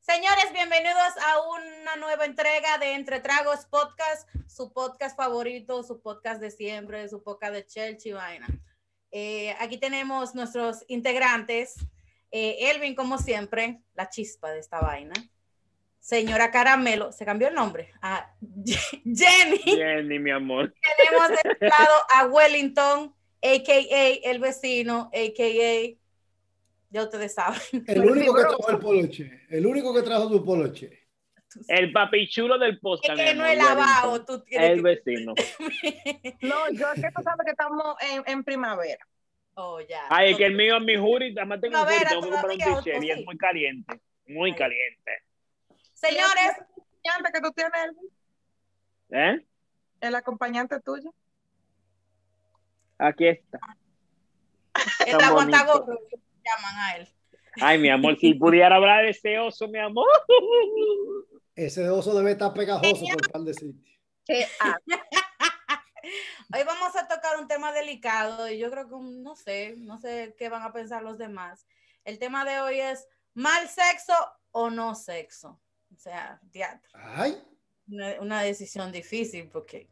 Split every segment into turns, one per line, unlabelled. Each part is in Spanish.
Señores, bienvenidos a una nueva entrega de Entre Tragos Podcast, su podcast favorito, su podcast de siempre, su podcast de Chelsea Vaina. Eh, aquí tenemos nuestros integrantes. Eh, Elvin, como siempre, la chispa de esta vaina. Señora Caramelo, ¿se cambió el nombre? A Jenny.
Jenny, mi amor.
Tenemos de este lado a Wellington, a.k.a. el vecino, a.k.a. Ya ustedes saben.
El único que trajo el poloche. El único que trajo tu poloche.
El papichulo del podcast.
Es que
mi
no
amor,
es lavado, tú tienes
El
que-
vecino.
No, yo es que tú sabes que estamos en, en primavera.
Oh, ya.
Ay, es que el mío es mi jury, además tengo
No,
un jury,
vera,
tengo que comprar un
todavía,
t-shirt y
otro,
es
sí.
muy caliente, muy
Ay.
caliente.
Señores,
¿El acompañante que tú tienes, Elvin?
¿Eh?
¿El acompañante tuyo?
Aquí está.
el
Tan
aguantagorro, llaman a él.
Ay, mi amor, si pudiera hablar de ese oso, mi amor.
Ese oso debe estar pegajoso por pan de sitio.
¿Qué
ah, Hoy vamos a tocar un tema delicado y yo creo que un- no sé, no sé qué van a pensar los demás. El tema de hoy es mal sexo o no sexo. O sea, teatro.
Ay,
Una, una decisión difícil porque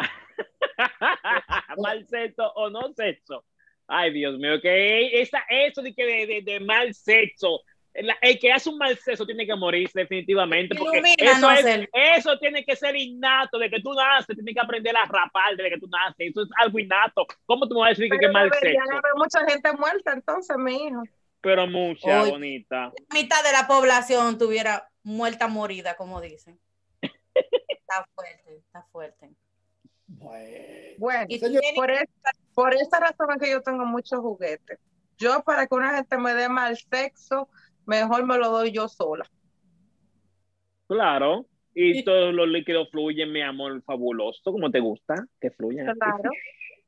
mal sexo o no sexo. Ay, Dios mío, que esa, eso de, que de, de- de mal sexo. La- el que hace un mal sexo tiene que morirse definitivamente. Porque
Ilumina,
eso,
no
es-
sé.
eso tiene que ser innato, de que tú naces, tienes que aprender a rapar desde que tú naces. Eso es algo innato. ¿Cómo tú me vas a decir que es mal
deberían
sexo?
haber mucha gente muerta entonces, mi hijo.
Pero mucha,
Oye.
bonita.
la mitad de la población tuviera muerta morida, como dicen. Está fuerte, está fuerte.
bueno.
Bueno,
Y
Señor,
tiene-
por, es- por esa razón es que yo tengo muchos juguetes. Yo para que una gente me dé mal sexo, mejor me lo doy yo sola.
Claro. Y todos los líquidos fluyen, mi amor, fabuloso. como te gusta? Que fluyan.
Claro.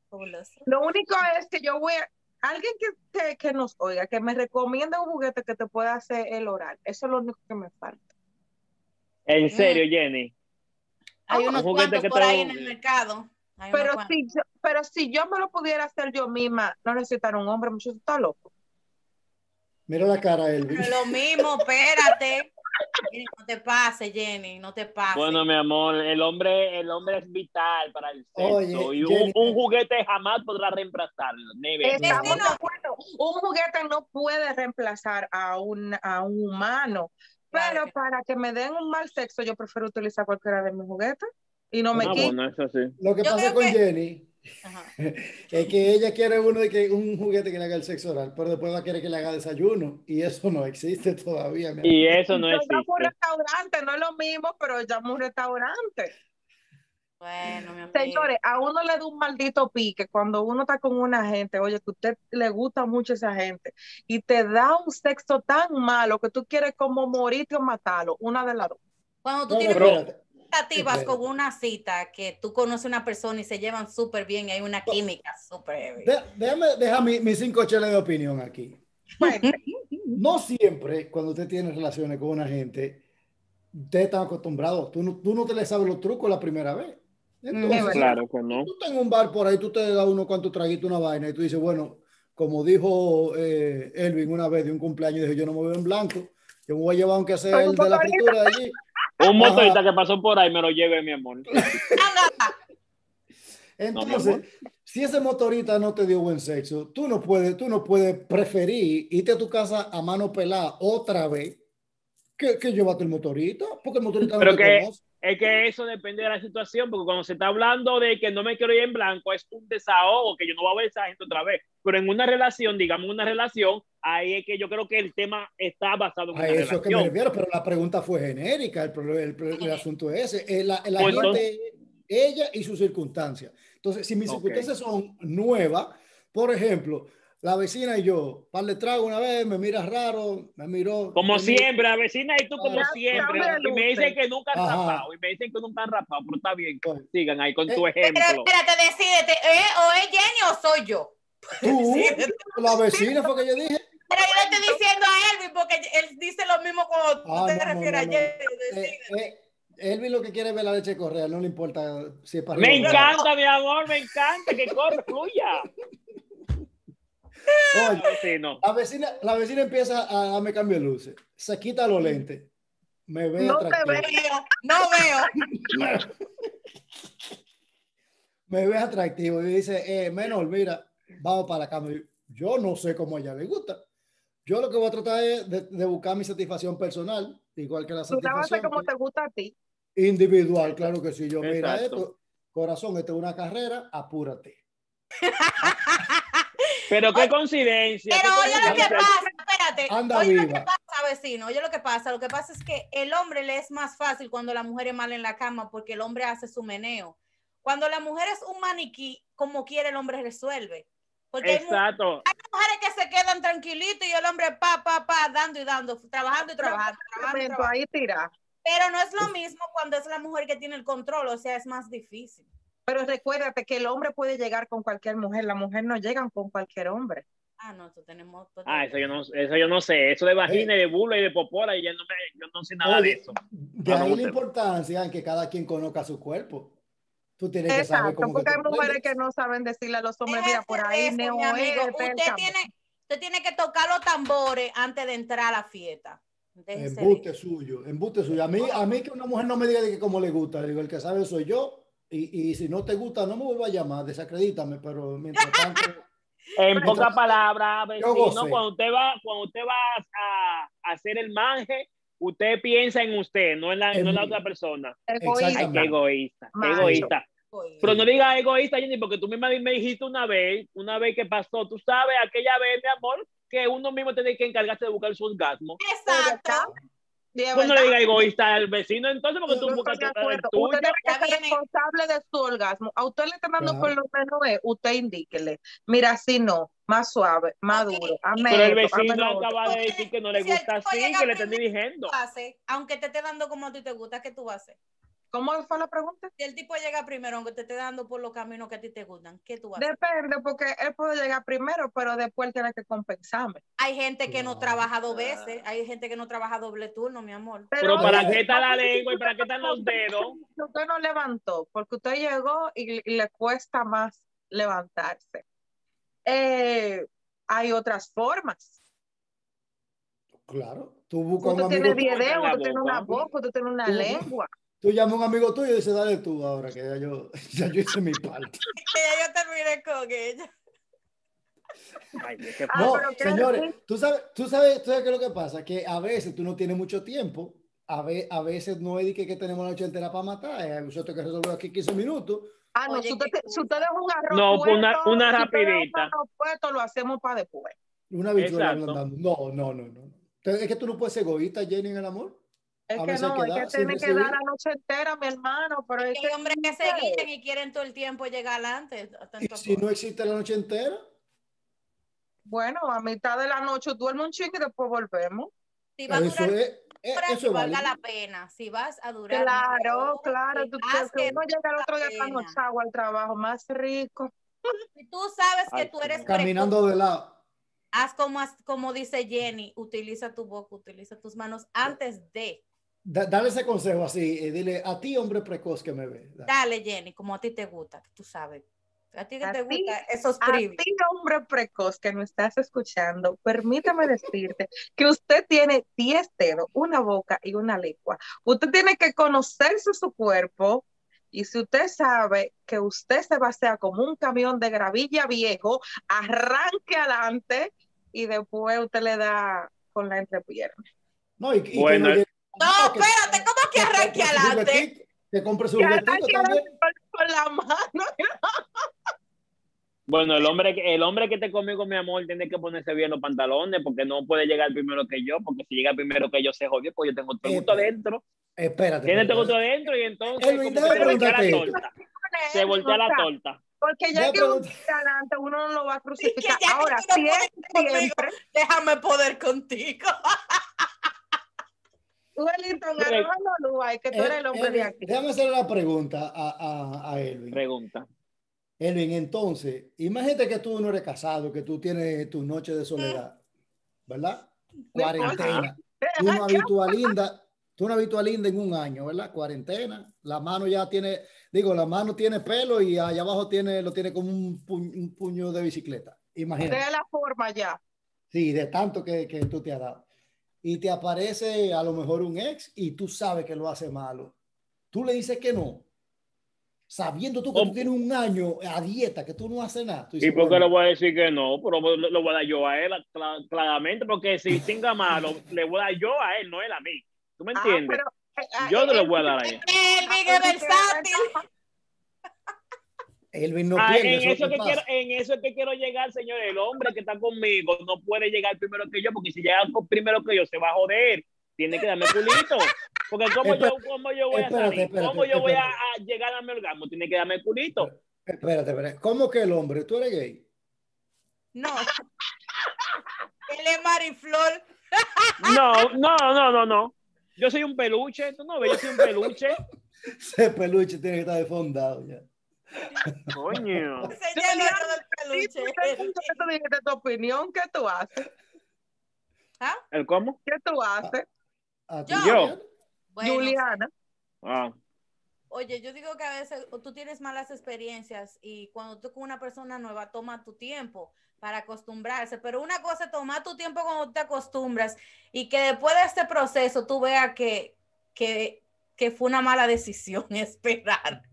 fabuloso.
Lo único es que yo voy a... Alguien que, que, que nos oiga, que me recomienda un juguete que te pueda hacer el oral. Eso es lo único que me falta.
En
Mm.
serio, Jenny.
Hay
Un
unos
juguete
cuantos
que
por ahí en
todo-
el mercado. Hay unos
Pero
cuantos.
si, yo, pero si yo me lo pudiera hacer yo misma, no necesitar un hombre, mucho está loco.
Mira la cara, Elvin.
Pero lo mismo, espérate. Jenny, No te pase, Jenny, no te
Ah,
pase.
Bueno, mi amor, el hombre, el hombre es vital para el sexo.
Oye,
y un,
Jenny.
un juguete jamás podrá reemplazarlo. Never.
Esa-
Estamos de
no.
acuerdo. Un juguete no puede reemplazar a un, a un humano,
Claro
pero
que-
para que me den un mal sexo, yo prefiero utilizar cualquiera de mis juguetes y no me
Ah,
quito.
bueno, eso sí.
Lo que
Yo
pasa
creo
con
que-
Jenny
Ajá.
es que ella quiere uno de que un juguete que le haga el sexo oral, pero después va a querer que le haga desayuno. Y eso no existe todavía. mi
Y eso no
Entonces, vamos a un
existe.
restaurante, no es lo mismo, pero ya vamos a un restaurante.
Bueno, mi amigo.
Señores, a uno le da un maldito pique cuando uno está con una gente, oye, que a usted le gusta mucho esa gente, y te da un sexo tan malo que tú quieres como morirte o matarlo, una de las dos.
Cuando tú
No, no,
tienes
bro.
espérate.
expectativas
espérate.
con una cita que tú conoces a una persona y se llevan súper bien y hay una química súper heavy.
De- déjame dejar mi- mis cinco cheles de opinión aquí.
Bueno,
No siempre, cuando usted tiene relaciones con una gente, usted está acostumbrado. Tú no, tú no te le sabes los trucos la primera vez.
Mm,
Entonces,
verdad.
Claro que no.
tú estás en un bar por ahí, tú te das uno cuantos traguitos, una vaina, y tú dices, bueno, como dijo eh, Elvin una vez de un cumpleaños, dijo, yo no me veo en blanco, yo me voy a llevar aunque sea
Pero
el
un
de la
motorista.
pintura de allí.
Un motorista que pasó por ahí me lo lleve, mi amor.
Ángata,
Entonces,
amor.
si ese motorista no te dio buen sexo, tú no puedes, tú no puedes preferir irte a tu casa a mano pelada otra vez que, que llevarte el motorista, porque el motorista
Pero
no te
que-
conoce.
Es que eso depende de la situación, porque cuando se está hablando de que no me quiero ir en blanco, es un desahogo, que yo no voy a ver a esa gente otra vez. Pero en una relación, digamos una relación, ahí es que yo creo que el tema está basado en
A
una
eso es que me
relación.
refiero, pero la pregunta fue genérica, el, problema- el, pro- el asunto es ese. Eh, La, la
Pues no.
gente, ella y sus circunstancias. Entonces, si mis
Ok.
circunstancias son nuevas, por ejemplo, la vecina y yo, par de trago una vez, me mira raro, me miró.
Como
me-
siempre, la vecina y tú como
Ya,
siempre.
ya me
Y me dicen
luce.
que nunca han
Ajá.
rapado, y me dicen que nunca han rapado, pero está bien,
Bueno.
sigan ahí con tu
Pero
ejemplo.
espérate, decídete, ¿eh? ¿O es Jenny o soy yo?
Tú,
Decídete.
la vecina fue que yo dije.
Pero yo le estoy diciendo a Elvin porque él dice lo mismo cuando tú
Ah,
te
no, no,
refieres
no,
a
no.
Jenny.
Eh,
decídete.
eh, Elvin lo que quiere es ver la leche correa, no le importa si es para
Me
arriba o para
encanta, mi amor, me encanta que corra, fluya.
abajo. Oye,
Sí, no.
la vecina, la vecina empieza a darme cambio de luces, se quita los lentes, me ve
No te
atractivo.
ve.
veo, no veo.
me ve atractivo y dice, eh, menor, mira, vamos para la cama. Y Yo no sé cómo a ella le gusta. Yo lo que voy a tratar es de, de buscar mi satisfacción personal, igual que la
Tú la vas a hacer
satisfacción
como te gusta a ti.
individual, claro que sí. Yo, mira
Exacto.
esto, corazón, esto es una carrera, apúrate.
Pero qué coincidencia.
Pero
qué
oye lo que
coincidencia.
pasa,
Eh,
espérate.
Anda
oye lo que
viva.
pasa, vecino. Oye lo que pasa. Lo que pasa es que el hombre le es más fácil cuando la mujer es mal en la cama porque el hombre hace su meneo. Cuando la mujer es un maniquí, como quiere el hombre resuelve. Porque hay mu-
Exacto.
mujeres que se quedan tranquilitos y el hombre pa, pa, pa, dando y dando, trabajando y trabajando, trabajando y
Momento,
trabajando.
ahí tira.
Pero no es lo mismo cuando es la mujer que tiene el control, o sea, es más difícil.
Pero recuérdate que el hombre puede llegar con cualquier mujer, la mujer no llegan con cualquier hombre.
Ah, no, tú tenemos... tú
Ah,
tenemos-
eso yo no, eso yo no sé. Eso de vagina, y de bula y de popola, y ya no me, yo no sé nada de
Oye,
eso.
De
Ah, no,
ahí la
usted.
importancia en que cada quien conozca su cuerpo. Tú tienes que saber
Exacto,
cómo que te
porque hay mujeres
prendes.
que no saben decirle a los hombres,
Déjese
mira, por
de
ahí,
eso,
neo,
mi amigo.
es,
Usted tiene, usted tiene que tocar los tambores antes de entrar a la fiesta. Déjese de-
Embuste suyo, embuste suyo. A mí, a mí que una mujer no me diga de que cómo le gusta, digo, el que sabe soy yo. Y, y si no te gusta, no me vuelva a llamar, desacredítame, pero mientras tanto,
En
Pero
pocas
entonces,
palabras, vecino,
gocé.
cuando usted va, cuando usted va a, a hacer el manje, usted pienza en usted, no en la,
En
no en la
mí.
otra persona.
egoísta.
Ay, qué egoísta, qué
Macho.
egoísta. Pero no digas egoísta, Jenny, porque tú misma me dijiste una vez, una vez que pasó, tú sabes, aquella vez, mi amor, que uno mismo tiene que encargarse de buscar su orgasmo.
Exacto.
Y es
Pues no le
verdad,
digas egoísta al vecino, entonces, porque
yo
tú
no
buscas
estoy de
tu- el
acuerdo.
tuyo.
Usted tiene que
Ya
ser
viene.
responsable de su orgasmo. A usted le está dando
Claro.
por lo menos es, usted indíquele, mira, si no, más suave, más
Ok.
duro, hazme
Pero el
esto, hazme
vecino
lo otro.
acaba de
Porque
decir que no le
si el
gusta
tipo
así,
llega
que le está
primero,
dirigiendo.
Tú haces, aunque te esté dando como a ti te gusta, ¿qué tú vas a hacer?
¿Cómo fue la pregunta?
Si el tipo llega primero, aunque te esté dando por los caminos que a ti te gustan, ¿qué tú vas a hacer?
Depende, porque él puede llegar primero, pero después él tiene que compensarme.
Hay gente que no
Claro.
trabaja dos veces, hay gente que no trabaja doble turno, mi amor.
Pero para
Oye,
qué está la lengua y
usted
para qué están los dedos.
no- Usted no levantó, porque usted llegó y, le- y le cuesta más levantarse. Eh, hay otras formas.
claro, tú buscas un
Usted
amigo. tuyo,
tiene diez
tuyo en
dedos,
la
usted tiene
boca.
una boca, usted tiene una
Tú-
lengua.
Tú llamas a un amigo tuyo y dices, dale tú ahora, que ya yo, ya yo hice mi parte.
Ya yo terminé con ella.
Ay, qué
Ah,
No,
pero qué
señores,
rico.
tú sabes, tú sabes, tú sabes qué es lo que pasa, que a veces tú no tienes mucho tiempo, a, ve- a veces no es de que, que tenemos la noche entera para matar, eh, nosotros que resolver aquí 15 minutos,
Ah, no,
Oye,
si usted,
qué
te- si usted deja un arroz
No, pues una-
puesto,
una
si usted deja un
rapidita.
arroz puesto, lo hacemos para después.
una bichuela
Exacto.
andando. No, no, no, no. Entonces, es que tú no puedes ser egoísta, Jenny, en el amor.
Es
A
que
veces hay
no,
que
es
dar
que
sin
tiene que
recibir.
dar la noche entera, mi hermano, pero es
Hay
que
hombres que se
¿sabes?
guillan y quieren todo el tiempo llegar antes.
Y si no existe la noche entera,
Bueno, a mitad de la noche duerme un chingo y después volvemos.
Si va a
eso
durar
es, eh,
horas,
eso
que
es
valga
válido.
la pena. Si vas a durar.
Claro,
una
claro.
hora,
Tú,
que haz
que
que
uno llega el otro día
pena.
tan ochavo al trabajo, más rico.
si tú sabes que
Ay,
tú
sí.
eres precoz,
Caminando de lado.
haz como, haz como dice Jenny, utiliza tu boca, utiliza tus manos antes de.
Da- dale ese consejo así, eh, dile a ti, hombre precoz que me ve. dale.
Dale, Jenny, como a ti te gusta, que tú sabes. A ti que
A
te
ti,
gusta esos
A
trivios.
ti, hombre precoz que no estás escuchando, permítame decirte que usted tiene 10 dedos, una boca y una lengua. Usted tiene que conocerse su cuerpo y si usted sabe que usted se basea como un camión de gravilla viejo, arranque adelante y después usted le da con la entrepierna.
No, y, y que
Bueno, eh.
no llegue- Ah,
No,
que-
espérate, ¿cómo que arranque adelante?
Que compre su
Que
juguetico
arranque
también.
adelante con, con la mano.
Bueno, el hombre, que- el hombre que esté conmigo, mi amor, tiene que ponerse bien los pantalones porque no puede llegar primero que yo, porque si llega primero que yo se jodió, pues yo tengo todo el gusto
Eh,
adentro.
Espérate.
Tiene todo el gusto
espérate.
adentro y entonces
Elvin,
como que
déjame
se voltea
preguntarte
la
esto.
torta. Se voltea la torta.
Porque
Voy
ya
a
que uno
preguntar-
está adelante, uno no lo va a crucificar.
ya que
Ahora,
tú no puedes
siempre,
conmigo.
siempre,
Déjame poder contigo.
tú, Wellington,
Correcto.
agarra la luz, ay,
Eh,
que tú eres el hombre de
Eh, Elvin,
aquí.
Déjame hacer la pregunta a, a, a Elvin.
Pregunta.
Elvin, entonces, imagínate que tú no eres casado, que tú tienes tu noche de soledad, ¿verdad? Cuarentena. Tú no has visto a Linda, Tú no has visto a Linda en un año, ¿verdad? Cuarentena. La mano ya tiene, digo, la mano tiene pelo y allá abajo tiene, lo tiene como un, pu- un puño de bicicleta. Imagínate.
De la forma ya.
Sí, de tanto que, que tú te has dado. Y te aparece a lo mejor un ex y tú sabes que lo hace malo. Tú le dices que no. Sabiendo tú que tú
Hombre.
tienes un año a dieta, que tú no haces nada. Tú
¿Y
dices,
por qué
bueno,
le voy a decir que no? Pero pues, lo, lo voy a dar yo a él, cla- claramente, porque si tenga malo, le voy a dar yo a él, no él a mí. ¿Tú me
Ah,
entiendes?
pero, eh, ah,
yo no le
él-
voy a dar a él.
Elvin es versátil.
Elvin no
Ah,
pierde,
en,
eso es
eso
lo que
que quiero,
pasa.
en eso es que quiero llegar, señor. El hombre que está conmigo no puede llegar primero que yo, porque si llega con- primero que yo, se va a joder. Tiene que darme culito. Porque ¿cómo,
Espera-
yo, cómo yo voy a
espérate,
salir?
espérate,
¿Cómo yo voy a,
espérate.
a llegar a mi orgasmo? Tiene que darme culito.
Espérate, espérate. ¿Cómo que el hombre? ¿Tú eres gay?
No. Él es Mariflor.
No, no, no, no, no. Yo soy un peluche. Tú no ves, yo soy un peluche.
Ese peluche tiene que estar defondado ya.
Coño.
Se lleva todo el
eh, Sí, tú
peluche.
te- tú te dijiste tu opinión, ¿qué tú haces?
¿Ah?
¿El cómo?
¿Qué tú haces,
Ah, tú-
Yo.
Yo.
Bueno,
Juliana?
Ah.
Oye, yo digo que a veces o tú tienes malas experiencias y cuando tú con una persona nueva toma tu tiempo para acostumbrarse, pero una cosa es tomar tu tiempo cuando te acostumbras y que después de este proceso tú veas que, que, que fue una mala decisión esperar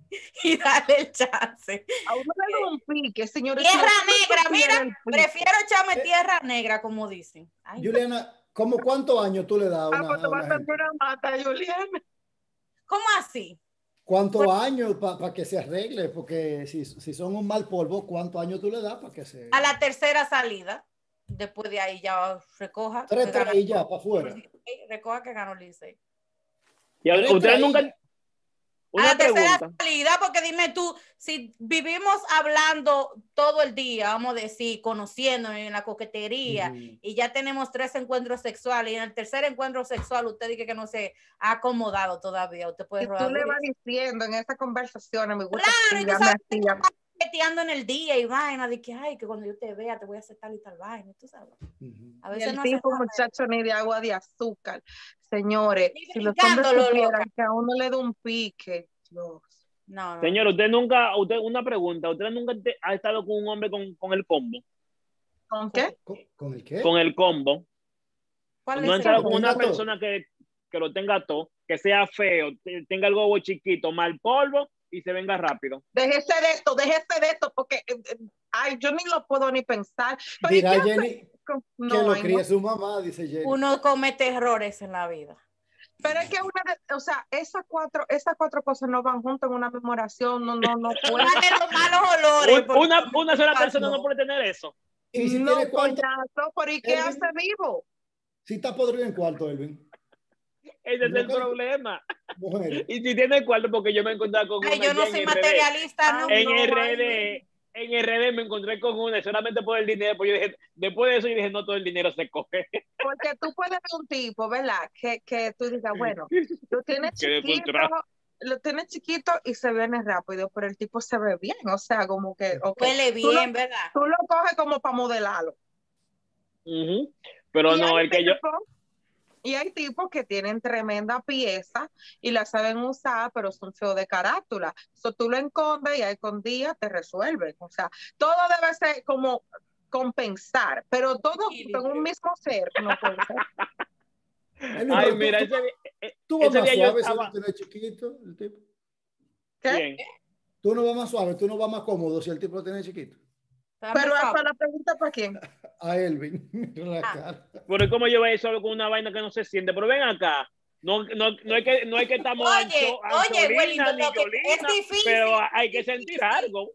y darle el chance.
A uno le da un pique, señores.
Tierra
si
negra,
uno
mira,
tiene el pique.
Prefiero echarme
eh,
tierra negra, como dicen. Ay,
Juliana, ¿cómo cuántos años tú le das a
Ah,
una,
pues te
a una
vas a hacer
gente?
una mata, Juliana.
¿Cómo así?
¿Cuántos años para que se arregle? Porque si, si son un mal polvo, ¿cuántos años tú le das para que se...
A la tercera salida, después de ahí ya recoja.
Tres,
que ganó-
tres y ya, para afuera.
Recoja que ganó Licey.
Y
Pero
ustedes
entra ahí.
nunca.
a
Una
la tercera
pregunta.
salida, porque dime tú, si vivimos hablando todo el día, vamos a decir, conociéndonos en la coquetería,
Ujú.
y ya tenemos tres encuentros sexuales, y en el tercer encuentro sexual usted dice que no se ha acomodado todavía, usted puede
Y tú
rodar.
le vas diciendo en esa conversación, me gusta.
Claro, y tú
así,
sabes
hazme así, hazme-
coqueteando en el día y vaina, de que, ay, que cuando yo te vea te voy a hacer tal y tal vaina, tú sabes.
Ujú.
A
Y
veces
el
no se
tipo,
sabe.
muchacho, ni de agua de azúcar. Señores,
Ni
si los hombres
brincándolo,
supieran
loca.
que a uno le da un pique, Dios.
No, no.
Señor, usted nunca. Usted, una pregunta. ¿Usted nunca te- ha estado con un hombre con, con el combo?
¿Con qué?
¿Con, con el qué?
Con el combo.
¿Cuál
No
es el-
entrar
que
con
tenga
una
todo.
persona que, que lo tenga todo, que sea feo, te- tenga el huevo chiquito, mal polvo y se venga rápido.
Déjese de esto, déjese de esto, porque, eh, eh, ay, yo ni lo puedo ni pensar. Pero, ¿y
Dirá
qué
Jenny
hace? No,
que lo
ay, no.
cría su mamá, dice Jenny.
Uno comete errores en la vida.
Pero es que una de- o sea, esas cuatro, esas cuatro cosas no van juntas en una memoración, no, no, no puede.
Guarde los malos olores.
Un-
porque-
una, una sola persona
no.
no puede tener eso.
Y si
no,
tiene
por
cuarto,
nada, no, pero ¿y qué
Elvin.
hace vivo?
si está podrido en cuarto, Elvin.
Ese es
No,
el
pero-
problema.
Mujeres.
Y si tiene cuarto, porque yo me encontré con
Ay,
una
yo no
ya
soy
en RD.
materialista, no.
En
No, ay,
RD, en RD me encontré con una y solamente por el dinero. Pues yo dije, después de eso, yo dije, no, todo el dinero se coge.
Porque tú puedes ver un tipo, ¿verdad? Que, que tú digas, bueno, lo tiene
Que de
chiquito,
contraste.
lo tiene chiquito y se viene rápido, pero el tipo se ve bien, o sea, como que, ok,
Huele
Tú no-
bien, ¿verdad?
tú lo coges como para modelarlo.
Ujú. Pero
Y
no,
hay
el que yo.
tipos- Y hay tipos que tienen tremenda pieza y la saben usar, pero son feos de carátula. Eso tú lo escondes y ahí con día te resuelven. O sea, todo debe ser como compensar, pero todo en un mismo ser. No puede ser.
Elvin,
Ay,
pero
mira,
tú,
ese, eh,
tú vas
ese
más
día yo
suave si
estaba-
tú eres chiquito. El tipo.
¿Qué?
bien.
Tú no vas más suave, tú no vas más cómodo si el tipo lo tiene chiquito.
Dame
Pero
favor.
hasta la pregunta para quién.
A Elvin, mira la
Ah.
cara.
Pero como yo voy a ir solo con una vaina que no se siente, pero ven acá. No, no, no es que no es que estamos
Oye,
ancho-
oye,
ancholinas,
Wellington,
ni
lo que- es
yolinas,
difícil,
pero hay que sentir algo.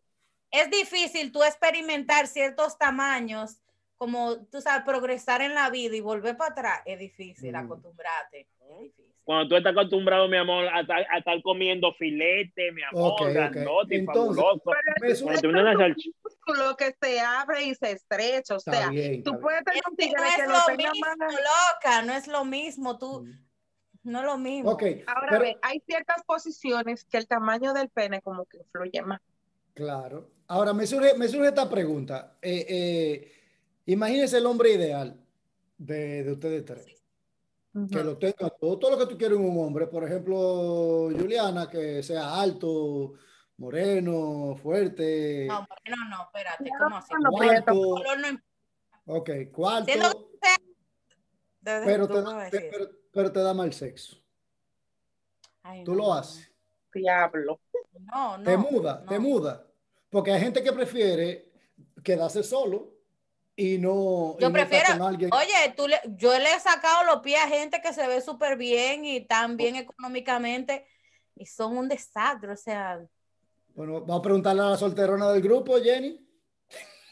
es difícil tú experimentar ciertos tamaños, como tú sabes, progresar en la vida y volver para atrás, es difícil,
Mm.
acostumbrarte, es difícil.
Cuando tú estás acostumbrado, mi amor, a, estar- a estar comiendo filete, mi amor,
Ok, ok.
grandote y
Entonces,
fabuloso.
Me suena-
Cuando tú vienes a la salch-
Lo que se abre y se estrecha, o
Está
sea,
bien. está
tú
bien.
puedes tener un
Es que
tigre
no es
que lo
lo
tenga
mismo,
más-
loca, no es lo mismo, tú, no es lo mismo.
Mm. Ok,
Ahora
pero-
ve, hay ciertas posiciones que el tamaño del pene como que influye más.
Claro. Ahora me surge, me surge esta pregunta. Eh, eh, imagínense el hombre ideal de, de ustedes tres.
Ujú.
que lo tenga todo, todo lo que tú quieres en un hombre. Por ejemplo, Juliana, que sea alto, moreno, fuerte,
No, no, no, espérate, ¿cómo así?
no,
cuarto,
Color no importa.
ok, cuarto,
Siendo que sea- Desde-
pero
tú
te,
vas a
da, te-
decir.
pero, pero te da mal sexo.
Ay,
Tú
no,
lo
no,
haces,
Diablo.
No, no.
te muda, te
no.
muda. Porque hay gente que prefiere quedarse solo y no, y
Yo
no estar
prefiero-
con alguien.
Oye, tú le- yo le he sacado los pies a gente que se ve súper bien y tan bien económicamente y son un desastre, o sea,
Bueno, vamos a preguntarle a la solterona del grupo, Jenny.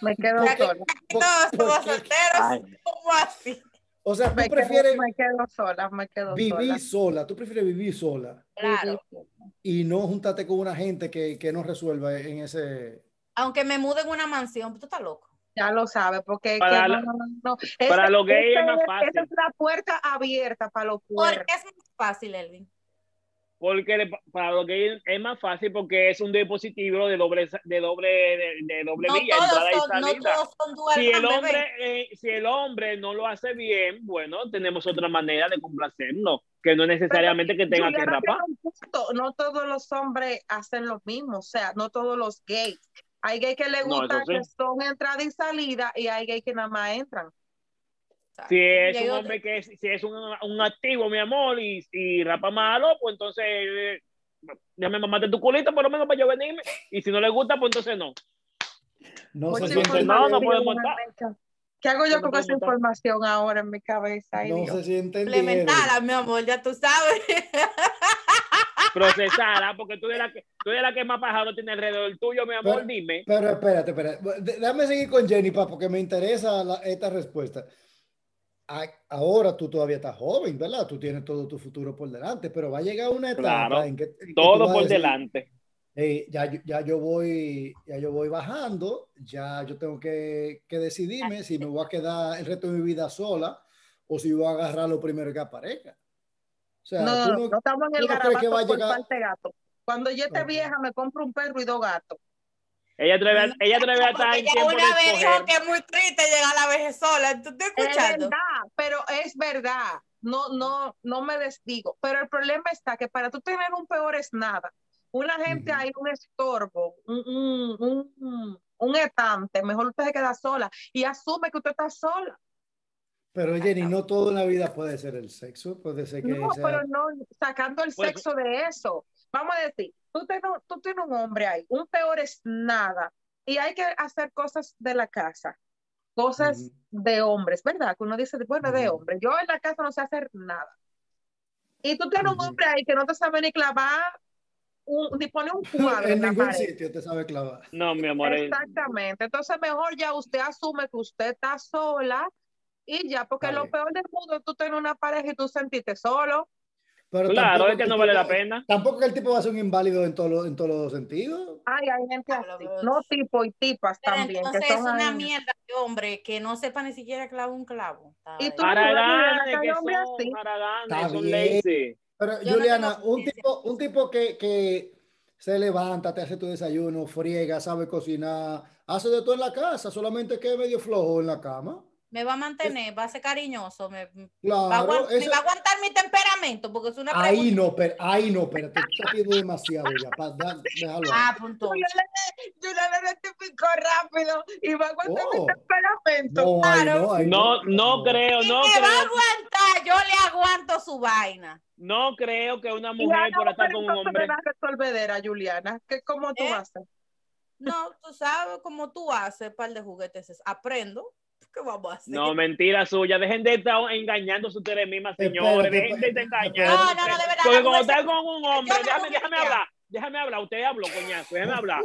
Me quedo
Ya que-
sola.
¿Por-
todos
por
somos
qué?
Ay.
solteros, ¿cómo así?
O sea, tú
Me
prefieres
quedo, me quedo sola, me quedo sola.
vivir sola, tú prefieres vivir sola
Claro,
Vivir.
y no juntarte con una gente que, que no resuelva en ese...
aunque me mude en una mansión, tú estás loco.
Ya lo sabe, porque es
Para
que
la-
no, no, no, no.
para
Ese-
los gays es
ese
más
es-
fácil.
Esa es la puerta abierta para los
Porque
puertos.
es más fácil, Elvin.
Porque le- para los gays es más fácil porque es un dispositivo de doble de doble de, de doble
No
vía,
todos,
entrada y
son, no
salida.
todos son dual,
si el
bebé.
hombre eh, si el hombre no lo hace bien, bueno, tenemos otra manera de complacernos, que no es necesariamente que tenga que
Juliana
rapar.
tiene un punto. No todos los hombres hacen lo mismo, o sea, no todos los gays. Hay gays que les
No, eso
gusta
sí.
que son entrada y salida y hay gays que nada más entran.
Exacto.
Si
Y
es
hay
un
otro-
hombre que es, si es un, un activo, mi amor, y, y rapa malo, pues entonces eh, déjame mamarte tu culito por lo menos para yo venirme. Y si no le gusta, pues entonces no.
No
Mucha
se
Oye,
sienten,
no,
Pues información
no puede
en la
montar.
mecha. ¿Qué hago yo
No
con
puede
esa
montar.
información ahora en mi cabeza? Ay,
no
Dios.
se sienten
Implementala, mi amor, ya tú sabes.
Procesada, porque tú eres la que, tú eres la que más pájaro tiene alrededor tuyo, mi amor,
Pero-
dime.
Pero espérate, espérate. De- Déjame seguir con Jenny, pa, porque me interesa la- esta respuesta. A- Ahora tú todavía estás joven, ¿verdad? Tú tienes todo tu futuro por delante, pero va a llegar una etapa
Claro,
en que, en que tú vas
Todo
a
por
decir,
delante.
"Ey, ya, yo- ya yo voy, ya yo voy bajando, ya yo tengo que, que decidirme si me voy a quedar el resto de mi vida sola o si voy a agarrar lo primero que aparezca. O sea,
No,
tú
no, no estamos en el
tú no crees que
garabato
va a
por
llegar-
parte de gato. Cuando yo esté
Ok.
vieja me compro un perro y dos gatos.
Ella atreve, ella atreve a estar
Porque
en
ya
tiempo de
una vez dijo
escoger.
que es muy triste llegar a la vejez sola. ¿Tú estás
Es
escuchando?
verdad, pero es verdad. No, no, no me desdigo. Pero el problema está que para tú tener un peor es nada. Una gente
Ujú.
hay un estorbo, un, un, un- un, un etante. Mejor usted se queda sola y asume que usted está sola.
Pero Jenny, no todo en la vida puede ser el sexo, puede ser que
No,
sea-
pero no sacando el
Pues-
sexo de eso. Vamos a decir, tú tienes, tú tienes un hombre ahí, un peor es nada. Y hay que hacer cosas de la casa, cosas
Ujú.
de hombres, ¿verdad? Que uno dice, bueno, de
Ujú.
hombre. Yo en la casa no sé hacer nada. Y tú tienes un
Ujú.
hombre ahí que no te sabe ni clavar, un- ni pone un cuadro en,
en
la
ningún
pared.
sitio te sabe clavar.
No, mi amor. eh,
Exactamente. Entonces, mejor ya usted asume que usted está sola y ya, porque
Está
lo
bien.
peor del mundo es tú tener una pareja y tú sentiste solo.
Pero
Claro,
tampoco
es que
el
no vale
tipo-
la pena.
Tampoco que el tipo va a ser un inválido en todos los en todos los sentidos.
Ay, hay gente
Diablo,
así,
bro.
no tipo y tipas
Pero
también, que
entonces es
son
una
ahí.
mierda de hombre que no sepa ni siquiera clavar un clavo.
Y
¿sabes?
tú-
Ah,
Juliana, que
Haraganes,
hay
que
hombres
son
así.
haraganes,
Está
son
bien.
lazy.
Pero
Yo no
Juliana,
tengo
un tipo, un tipo que, que se levanta, te hace tu desayuno, friega, sabe cocinar, hace de todo en la casa, solamente que es medio flojo en la cama.
Me va a mantener, va a ser cariñoso, me, va, a
Claro,
aguant- me
eso-
va a aguantar mi temperamento, porque es una
ahí
pregunta.
no, pero ahí no, pero te estás pidiendo demasiado ya. pa- da- déjalo.
Ah, punto.
Juliana, Juliana rectificó rápido y va a aguantar mi
Oh.
temperamento.
No, ahí
claro.
no, ahí
No, no creo,
¿Quién
no
me va a
creo,
aguantar? Yo le aguanto su vaina.
no creo que una
Juliana,
mujer por estar con un
entonces
hombre.
me das resolvedera, Juliana, que cómo tú
¿Eh?
haces.
No, tú sabes cómo tú haces, par de juguetes. es- Aprendo. ¿Qué vamos a hacer?
No, mentira suya. Dejen de estar engañándose ustedes mismas, señores.
Espérate,
Dejen de estar
espérate.
engañando.
No, no, no, de verdad,
Porque
la
cuando
mujer
están con un hombre,
Yo la
déjame,
mujer
déjame
que-
hablar. Déjame hablar. Usted habló, coñazo. Déjame hablar.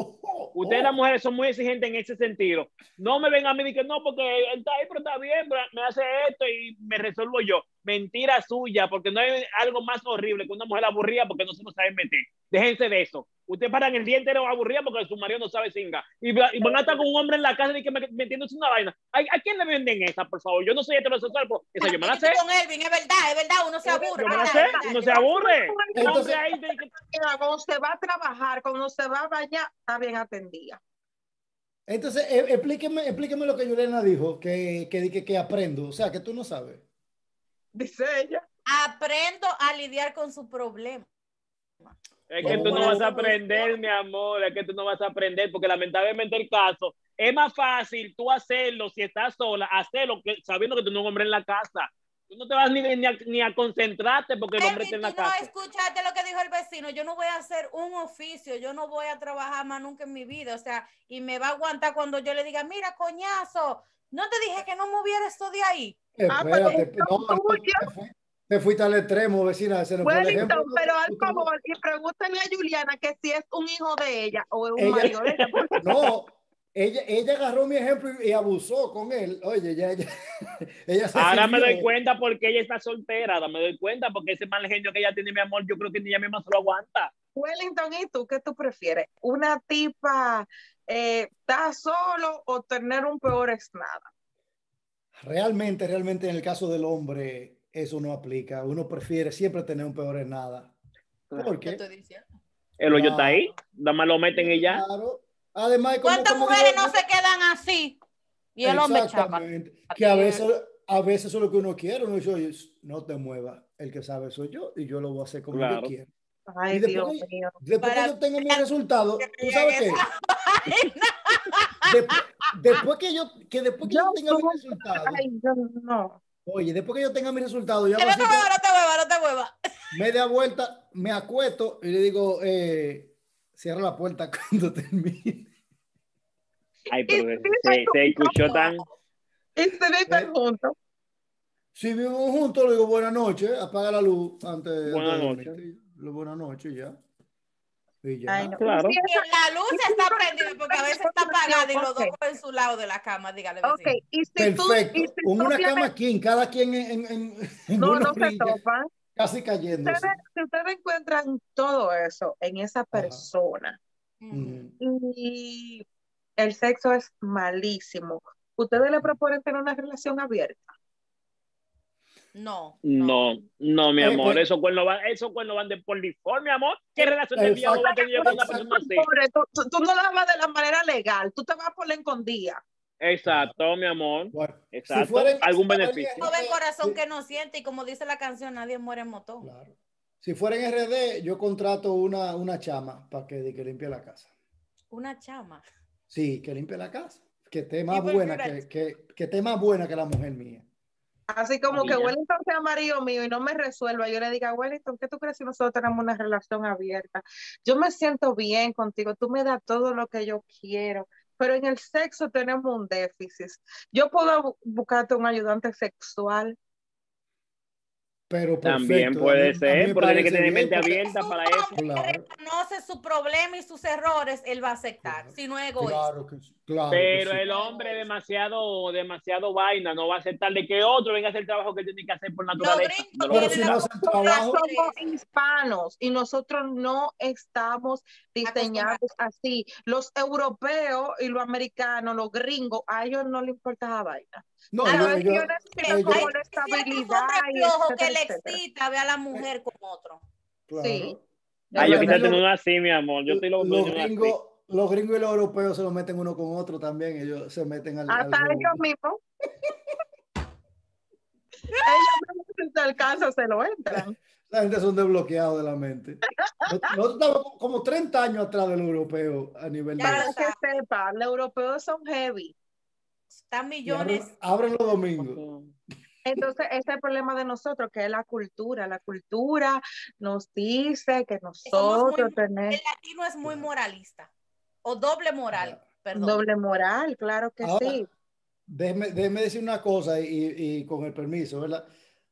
Ustedes
Oh,
las mujeres son muy exigentes en ese sentido. No me ven a mí y que no, porque él está ahí, pero está bien, pero me hace esto y me resuelvo yo. Mentira suya, porque no hay algo más horrible que una mujer aburrida porque no se lo sabe meter. Déjense de eso. Ustedes paran el día entero aburrida porque su marido no sabe singa. Y, va- y van a estar con un hombre en la casa y que me, metiéndose una vaina. ¿A, a quién le venden esa, por favor? Yo no soy heterosexual, pero esa yo me la sé.
Estoy con Elvin, es verdad, es verdad, uno se
Es
aburre.
Yo me la
¿verdad?
sé.
Es verdad,
Uno
yo-
se aburre. Un
Entonces-
hombre ahí de- que-
Cuando se va a trabajar, cuando se va a bañar, está bien atendida.
Entonces, e- explíqueme, explíqueme lo que Juliana dijo, que, que, que, que aprendo, o sea, que tú no sabes.
Dice ella,
Aprendo a lidiar con su problema.
Es que tú no vas a aprender, mi amor, es que tú no vas a aprender, porque lamentablemente el caso es más fácil tú hacerlo si estás sola, hacerlo que, sabiendo que tú no un hombre en la casa. Tú no te vas ni, ni, a, ni a, concentrarte porque el hombre
Elvin,
está en la
tú
casa.
No escuchaste lo que dijo el vecino. Yo no voy a hacer un oficio, yo no voy a trabajar más nunca en mi vida. O sea, y me va a aguantar cuando yo le diga, mira, coñazo, no te dije que no moviera esto de ahí.
Ah,
Eh, Espérate,
pero
no, no,
tú, yo-
te, fuiste, te fuiste al extremo, vecina. Se nos fue el
Wellington,
ejemplo.
pero al favor, y pregúntale a Juliana que si es un hijo de ella o es un
Ella-
marido de ella. porque
No, ella, ella agarró mi ejemplo y, y abusó con él. Oye, ya, ya- ella se
Ahora me
sirvió.
doy cuenta porque ella está soltera, ahora me doy cuenta porque ese mal genio que ella tiene, mi amor, yo creo que ni ella misma se lo aguanta.
Wellington, ¿y tú qué tú prefieres? ¿Una tipa eh, está solo o tener un peor es nada?
Realmente, realmente en el caso del hombre, eso no aplica. Uno prefiere siempre tener un peor en nada. ¿Por
Yo
qué?
estoy diciendo.
El hoyo
Claro.
está ahí, nada más lo meten y ya.
Claro. Además, como-
¿Cuántas
como
mujeres
digo-
no se quedan así? Y el hombre chapa.
Exactamente. Que a veces, a veces eso es lo que uno quiere. Uno dice, "Oye, no te muevas. El que sabe soy yo y yo lo voy a hacer como
Claro.
yo quiero.
Ay,
Y después
Dios
que-
mío.
Después
Para-
que yo tenga mi resultado, ¿tú
llegue
sabes qué? Después, después que yo, que después que yo
Yo
tenga mi
soy-
resultado,
Ay, yo no.
oye, después que yo tenga mi resultado, yo
Que
hago
No
así,
te muevas, no te muevas, no te muevas.
me da vuelta, me acuesto y le digo, eh, cierra la puerta cuando termine.
Ay, pero se, se escuchó tan.
Y se viven
Eh,
juntos.
Si vivimos juntos, le digo buenas noches, apaga la luz antes
Buenas
antes de
noches.
dormirte. Le digo, Buenas noches, ya. Y ya.
Ay, no.
Claro.
Y si
Que
esa-
La luz está prendida porque a veces está apagada y los dos en su lado de la cama, dígale. vecino.
Ok, y si tú,
Perfecto.
y si tú
Con una
tienes-
cama aquí, cada quien en, en- en
no,
una
no se
orilla,
topan.
casi cayéndose.
Ustedes, si ustedes encuentran todo eso en esa persona
Ujú.
Ujú.
y el sexo es malísimo, ustedes le proponen tener una relación abierta.
No.
No, no, mi
Eh,
amor,
pues-
esos cuernos van, esos cuernos van de poliforme, mi amor. ¿Qué relación de diablo va a tener yo con una persona así?
Pobre, tú, tú- tú no la vas de la manera legal, tú te vas por la escondida.
Exacto, mi amor.
Bueno,
Exacto.
fuera-
Algún
fuera
beneficio.
en-
Joven corazón
Sí.
que no siente y como dice la canción, nadie muere en motor.
Claro. Si fuera en RD, yo contrato una, una chama para que, de que limpie la casa.
Una chama.
Sí, que limpie la casa. Que esté más
pues,
buena
mira.
que, que, que esté más buena que la mujer mía.
Así como
Amiga.
que Wellington sea marido mío y no me resuelva, yo le diga, Wellington, ¿qué tú crees si nosotros tenemos una relación abierta? Yo me siento bien contigo, tú me das todo lo que yo quiero, pero en el sexo tenemos un déficit. Yo puedo bu- buscarte un ayudante sexual.
Pero
También
perfecto, a mí-
puede
a mí
ser,
me
pero tiene que
parece
tener
bien
mente
porque- pues
abierta para eso.
Claro,
Conoce su problema y sus errores, él va a aceptar.
Claro.
Si no es egoísta.
claro que sí, claro que
Pero
sí.
el hombre demasiado, demasiado vaina, no va a aceptar de que otro venga a hacer el trabajo que tiene que hacer por naturaleza.
gringos
No lo va a
Pero si
aceptar.
no hace el
Nosotros
trabajo,
somos hispanos y nosotros no estamos diseñados así. Los europeos y los americanos, los gringos, a ellos no les importa la vaina.
no,
a
A
yo-
veces
yo-
yo no entiendo
yo-
cómo
yo-
la
Ah, Ciertos
estabilidad
hombres
y
flojos que
etcétera,
le
etcétera.
excita ve a la mujer con otro.
claro.
sí.
Ay, Ah, yo
Pero
quisiera
también
tener
lo-
uno así, mi amor. Yo estoy loco por
los
tener uno así.
gringos, los gringos y los europeos se lo meten uno con otro también, ellos se meten al, al
Hasta
juego.
ellos mismos. ellos mismos si se alcanza, se lo entran.
La gente son desbloqueados de la mente. Nosotros estábamos como 30 años atrás del europeo a nivel de...
Ya,
Para que sepa, los europeos son heavy.
Están
y abren,
millones.
abren los domingos.
Entonces, ese es el problema de nosotros, que es la cultura. La cultura nos dice que nosotros
El
tenemos
latino es muy moralista. O doble moral, perdón.
doble moral, claro que
Ahora,
sí.
Déjeme, déjeme decir una cosa y, y con el permiso, ¿verdad?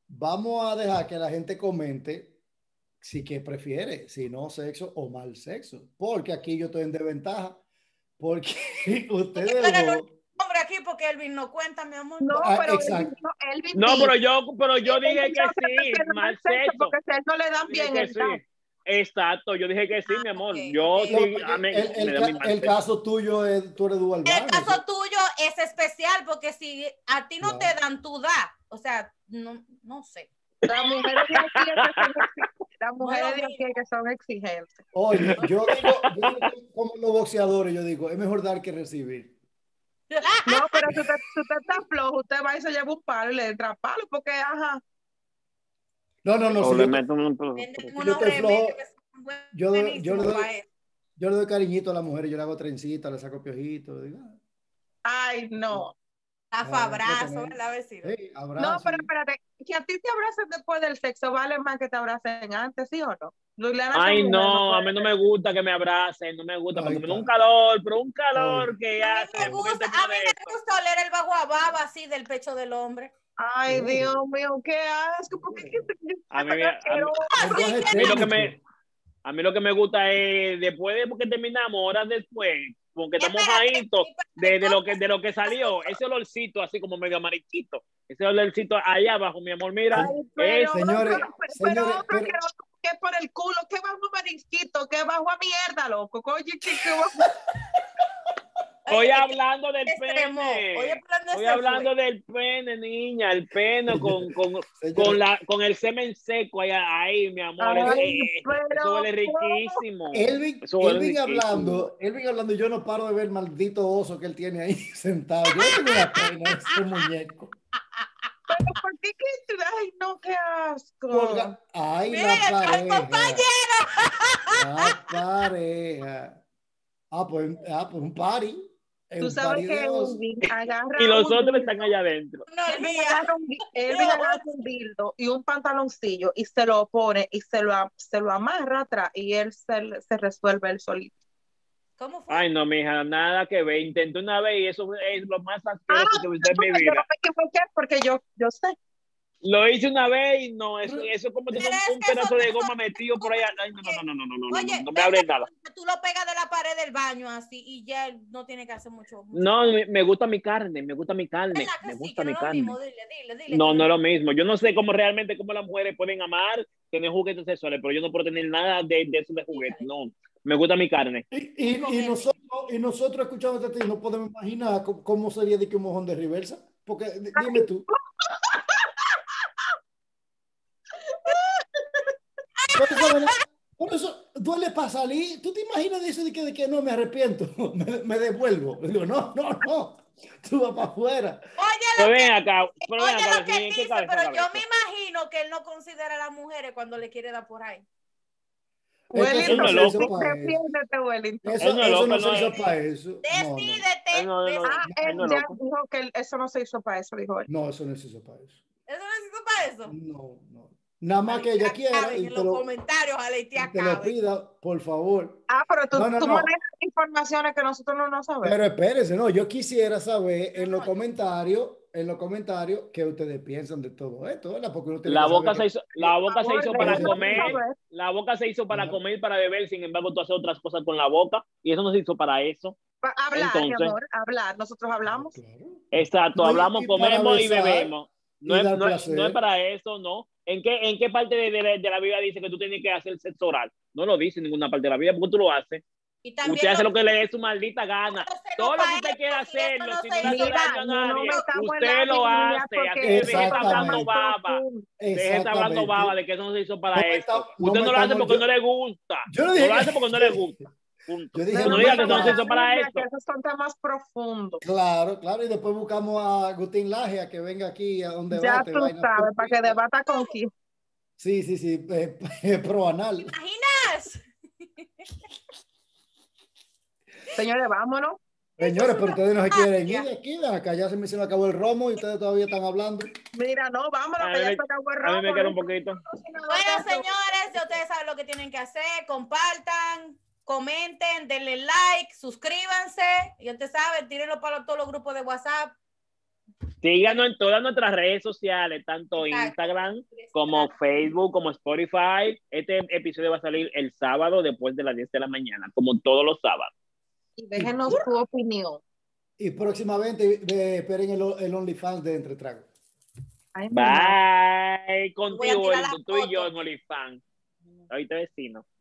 Vamos a dejar que la gente comente si que prefiere, si no sexo o mal sexo, porque aquí yo estoy en desventaja, porque ustedes
tú eres
dos-
Hombre, aquí porque Elvin no cuenta, mi amor.
No,
Ah,
pero él,
exacto.
no, él
No,
dice-
pero yo, pero yo
él
dije
dice
que sí,
prefiere
mal
más sexo,
sexo.
Porque si a él no le dan
Dije
bien
que
el
sí.
tao.
Exacto, yo dije que sí, mi amor.
Ah, ok,
Yo
ok.
sí,
No, porque
amén,
el, el
me da
ca-
mi mal
el
sexo.
caso tuyo es, tú eres dual
El
blanco.
caso tuyo es especial porque si a ti no
Claro.
te dan, tú da. O sea, no, no sé.
Las mujeres de aquí es que son exigentes. Las mujeres de
mira.
aquí es que son exigentes.
Oye, yo digo, yo digo como los boxeadores, yo digo, es mejor dar que recibir.
No, pero si usted, si usted está flojo, usted va y se lleva un palo y le entra palo, porque, ajá,
No, no, no.
O
sí,
le
yo-
meten un
Venden
yo
unos
te flojo-
remedios que son
yo le- yo le
buenísimos
doy-
para eso.
Yo le doy cariñito a la mujer, yo le hago trencita, le saco piojito. digo, ah,
Ay, no.
Zafa,
Ah,
abrazo,
exactamente.
¿verdad, vecino?
hey, abrazo.
No, pero espérate, que a ti te abracen después del sexo vale más que te abracen antes, ¿sí o no? Luliana,
Ay,
esa mujer
no, a
puede
mí no
ser.
me gusta que me abracen, no me gusta,
Ay,
porque me da un
claro.
calor, pero un calor que
A mí
hace.
me
porque
gusta,
te
a mí
molesta.
me gusta oler el baguababa así del pecho del hombre.
Ay, Dios mío, qué asco. ¿Por qué?
A mí Eh, me- a mí-
Lenguaje
Así
A mí lo que me,
técnico.
a mí lo que me gusta es después de porque terminamos, horas después, porque estamos
Espérate,
mojaditos
espérate,
de, de lo que de lo que salió, ese olorcito así como medio mariquito, ese olorcito allá abajo, mi amor, mira,
Ay,
es-
señores,
pero, pero
señores,
otro
pero-
que otro, que por el culo, que bajo marisquito, que bajo a mierda, loco. Oye, que, que bajo-
estoy
Oye,
hablando del
este extremo, Oye,
pene.
hablando
Estoy
este
hablando del pene, niña, el pene con, con,
Señores,
con la, con el semen seco allá, ahí, mi amor,
Ay,
eh, eh, eso
pero-
huele riquísimo.
Elvin,
Eso huele
Elvin
riquísimo.
hablando, Elvin hablando, yo no paro de ver el maldito oso que él tiene ahí sentado. Yo tengo una pena ese muñeco.
pero ¿por qué que Ay, no, qué asco.
Colga- Ay,
Mira,
la
ay,
pareja. La pareja. Ah, pues, ah, pues un party. Es
Tú
un
sabes
party
que
de osos.
Elvin agarra
Y los
un
otros
dildo,
están allá adentro.
extremo. Unos
Elvin
días.
agarra un, di- Elvin agarra un dildo y un pantaloncillo y se lo pone y se lo, a- se lo amarra atrás y él se, se resuelve el solito.
¿Cómo fue?
Ay, no, mija, nada que ver. Intenté una vez y eso es lo más asqueroso
Ah,
que usted en mi
Porque yo no
vida.
me equivoqué porque yo, yo sé.
Lo hice una vez y no, eso, eso es como tener
Pero es
un, un
que eso-
pedazo de goma
eso-
metido por ahí. Ay, no, no, no, no, no, no, no,
Oye,
no, no me
venga,
hables nada.
Tú lo pegas de la pared del baño así y ya él no tiene que hacer mucho. mucho.
No, me, me gusta mi carne, me gusta mi carne,
¿Verdad que
me
sí?
gusta
Que no
mi
es lo
carne.
mismo? Dile, dile, dile
No,
que
no es lo mismo. Yo no sé cómo realmente cómo las mujeres pueden amar, tener juguetes sexuales, pero yo no puedo tener nada de, de eso de juguetes. No, me gusta mi carne.
Y, y- y
Comer.
nosotros, y nosotros escuchando a ti no podemos imaginar cómo, cómo sería de que un mojón de reversa. Porque di- dime tú. Por eso, ¿verdad? por eso duele para salir. ¿Tú te imaginas de eso de que, de que no me arrepiento? Me, me devuelvo. Digo, no, no, no. Tú vas para afuera.
Pero ven acá, pero ven
Oye,
acá,
lo que
vecina,
él
¿qué
dice,
cabeza,
pero yo
cabeza?
me imagino que él no considera a las mujeres cuando le quiere dar por ahí.
eso no
Wellington,
es loco.
defiéndete, Wellington.
Eso,
Él no es
eso
loco,
no se
no
hizo
es.
para eso. No, no.
Decídete.
Ay, no, no, no.
decídete.
Ah,
Ay,
él
no,
ya
loco.
dijo que él- eso no se hizo para eso, dijo él.
No, eso no se hizo para eso.
Eso no es para eso.
No, no. Nada más que ella
Ya
quiera
saben,
y
en
te
los
lo,
comentarios, ojalá y te
y te lo
acabe.
pida, por favor.
Ah, pero tú,
No, no,
tú
no.
manejas informaciones que nosotros no, no sabemos.
Pero espérense, no, yo quisiera saber en los
No, no.
comentarios, en los comentarios, qué ustedes piensan de todo esto, ¿verdad? Porque uno tiene
La
que saber
boca
que-
se hizo, la boca se
Por
hizo
favor,
para
déjanos
comer,
saber.
la boca se hizo para
Ajá.
comer y para beber, sin embargo tú haces otras cosas con la boca y eso no se hizo para eso.
Pa- Hablar, mi
Entonces-
amor, hablar. Nosotros hablamos.
Claro.
Exacto,
No, y-
hablamos,
y para
comemos y
besar
bebemos. No
y
es,
dar
no, es-
placer.
no es para eso, ¿no? ¿En qué, en qué parte de, de la- de la Biblia dice que tú tienes que hacer sexo oral? No lo dice en ninguna parte de la Biblia, porque tú lo haces.
Y también
usted hace lo que le dé su maldita gana. Todo lo que usted quiera hacer,
no
lo-
se
si no le
hizo
hace daño a
daño.
no, no
nadie,
metamos
usted
la
lo
Biblia
hace,
porque
así que
deje de estar hablando
baba. Deje estar hablando
Exactamente.
baba de que eso no se hizo para
No me
eso.
está- no
Usted
me
no lo hace
estamos-
porque
yo-
no le gusta.
Yo no
No
dije
lo
que-
hace porque no le gusta. Punto.
Yo dije
No
Pero
diga que
metamos
no se
la
hizo para
Biblia,
eso.
que Esos son temas profundos.
Claro, claro, y después buscamos a Agustín Laje a que venga aquí a un
Ya
debate.
tú
vaina.
sabes, para que debata con quién.
Sí, sí, sí, eh, pro anal.
¿Te imaginas?
Señores, vámonos.
Señores, pero ustedes no se quieren ir de aquí, de acá ya se me, se me acabó el romo y ustedes todavía están hablando.
Mira, no, vámonos,
A
que ya
mí-
se acabó el
A mí me
robo,
queda un
¿no?
poquito.
Bueno, señores, ya ustedes saben lo que tienen que hacer. Compartan, comenten, denle like, suscríbanse. Y ustedes saben, tírenlo para todos los grupos de WhatsApp.
Síganos en todas nuestras redes sociales, tanto
Exacto.
Instagram como Facebook, como Spotify. Este episodio va a salir el sábado después de las 10 de la mañana, como todos los sábados.
Y déjenos tu opinión.
Y próximamente eh, esperen el, o- el OnlyFans de Entre Tragos.
Ay, mi madre.
Voy
Bye.
a
Contigo,
tirar la
Elton, tú y yo
foto.
en OnlyFans. Ahorita vecino.